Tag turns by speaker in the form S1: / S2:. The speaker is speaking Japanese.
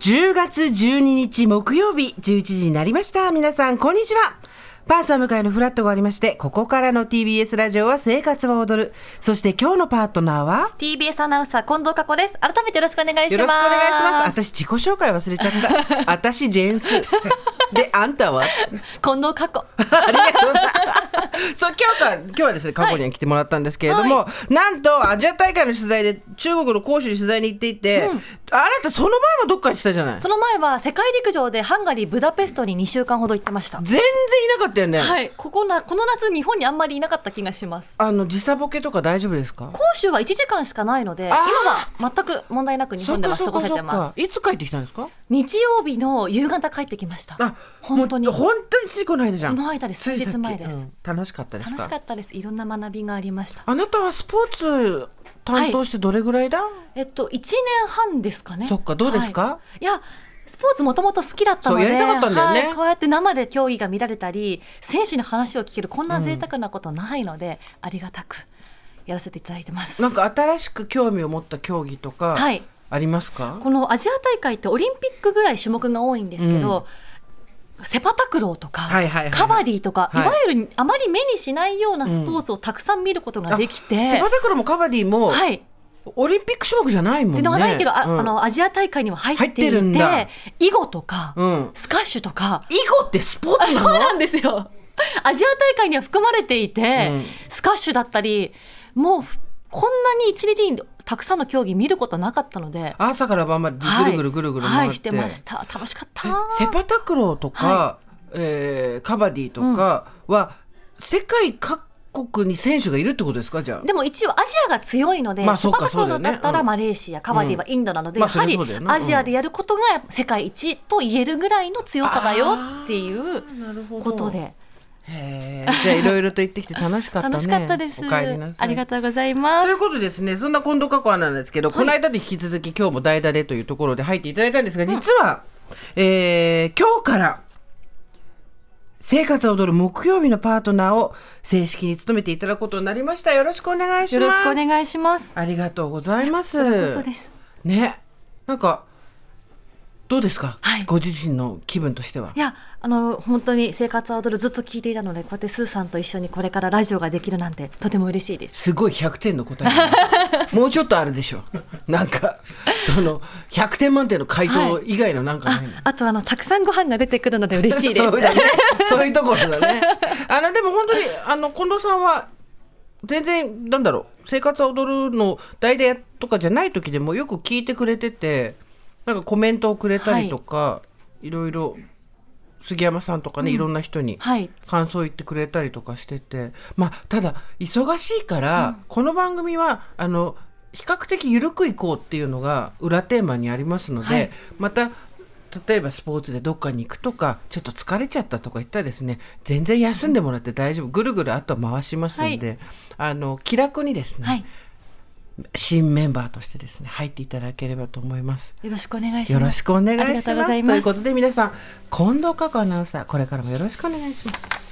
S1: 10月12日木曜日11時になりました。皆さん、こんにちは。パーサ向かいのフラットがありまして、ここからの TBS ラジオは生活は踊る。そして今日のパートナーは
S2: TBS アナウンサー近藤佳子です改めてよろしくお願いします
S1: よろしくお願いします。私、自己紹介忘れちゃっ た。私、ジェーンス。で、あんたは
S2: 近藤佳子
S1: ありがとうございます。そう、今日から、今日はですね、過去に来てもらったんですけれども、なんと、アジア大会の取材で、中国の杭州に取材に行っていて、あなた、その前もどっか行ってたじゃない
S2: その前は世界陸上でハンガリーブダペストに2週間ほど行ってました
S1: 全然いなかったよね。
S2: はいここなこの夏日本にあんまりいなかった気がします
S1: あの時差ボケとか大丈夫ですか？
S2: 杭州は1時間しかないので今
S1: あー
S2: は全く問題なく日本では過ごせ
S1: そ
S2: て
S1: っかそっかそ
S2: ま
S1: っ
S2: す
S1: かいつ帰ってきたんですか？
S2: 日曜日の夕方帰ってきました
S1: あ
S2: 本当に
S1: もう本当についこの間じゃん。
S2: この間です
S1: ついさっき
S2: 数日前です
S1: うん楽しかったですか？
S2: 楽しかったですいろんな学びがありました
S1: あなたはスポーツ担当してどれぐらいだ？
S2: えっと1年半ですかね
S1: そっかどうですか？
S2: はいいや、スポーツもともと好きだったので、
S1: そうやりたかったんだよね
S2: はいこうやって生で競技が見られたり、選手の話を聞ける、こんな贅沢なことないので、ありがたくやらせていただいてます。
S1: なんか新しく興味を持った競技とか
S2: はい
S1: ありますか？
S2: このアジア大会ってオリンピックぐらい種目が多いんですけど、セパタクローとか、
S1: はいはいはい
S2: カバディとか、
S1: はい
S2: い、わゆるあまり目にしないようなスポーツをたくさん見ることができて、
S1: セパタクローもカバディも、
S2: はい、
S1: オリンピック種目じゃないもん
S2: で
S1: ね。
S2: のがないけど、あ
S1: うん
S2: あのアジア大会にも入って
S1: 入
S2: い
S1: ってるん
S2: て
S1: だ
S2: 囲碁とか、
S1: うん
S2: スカッシュとか
S1: 囲碁ってスポー
S2: あ
S1: ツ
S2: そ
S1: な
S2: う
S1: の？
S2: なんですよ。アジア大会には含まれていて、
S1: うん
S2: スカッシュだったり、もうこんなに一日にたくさんの競技見ることなかったので、
S1: 朝から晩までぐるぐるぐるぐる回
S2: はい
S1: っ。
S2: はい、しててました。楽しかった。
S1: セパタクローとか、
S2: は
S1: えーカバディとかは、世界各国に選手がいるってことですかじゃあ。
S2: でも一応アジアが強いので、
S1: まあそうか
S2: セパタクロー
S1: そうだよね
S2: だった
S1: う
S2: ら
S1: ん
S2: マレーシア、カバディはインドなので、
S1: まあ
S2: やはり
S1: そりゃそうだよなうん
S2: アジアでやることが世界一と言えるぐらいの強さだよっていうことで、
S1: へーじゃあいろいろと行ってきて楽しかったね。
S2: 楽しかったです。
S1: お帰りなさい。
S2: ありがとうございます
S1: という。ことでですね、そんな近藤佳子アナなんですけど、この間で引き続き今日も代打でというところで入っていただいたんですが、実は、えー今日から、生活を踊る木曜日のパートナーを正式に務めていただくことになりました。よろしくお願いし
S2: よ
S1: ま
S2: ろ
S1: す。
S2: しくお願いします。
S1: ありがとうございます。
S2: そうです。
S1: ね、なんかどうですか、
S2: はい。
S1: ご自身の気分としてはい
S2: やあの本当に「生活は踊る」ずっと聞いていたのでこうやってスーさんと一緒にこれからラジオができるなんてとても嬉しいです。
S1: すごい100点の答 えもうちょっとあるでしょなんかその100点満点の回答以外のなんかない
S2: あ
S1: の、
S2: あとあのたくさんご飯が出てくるので嬉しいです。
S1: そうだねそういうところだねあのでも本当にあの近藤さんは全然なんだろう生活は踊るの代打とかじゃない時でもよく聞いてくれててなんかコメントをくれたりとか、い、ろいろ杉山さんとかね、いろんな人に
S2: はい
S1: 感想言ってくれたりとかしてて、まあただ忙しいから、この番組はあの比較的緩くいこうっていうのが裏テーマにありますので、
S2: はい
S1: また例えばスポーツでどっかに行くとかちょっと疲れちゃったとか言ったらですね全然休んでもらって大丈夫ぐるぐるあとは回しますんで、あの気楽にですね、
S2: はい
S1: 新メンバーとしてですね入っていただければと思います。
S2: よろしくお願いします。
S1: よろしくお願いし
S2: あり
S1: ま
S2: が
S1: す。と
S2: とうござい
S1: い
S2: ま
S1: うこと
S2: す。
S1: で皆さん、近藤佳子アナウンサー、これからもよろしくお願いします。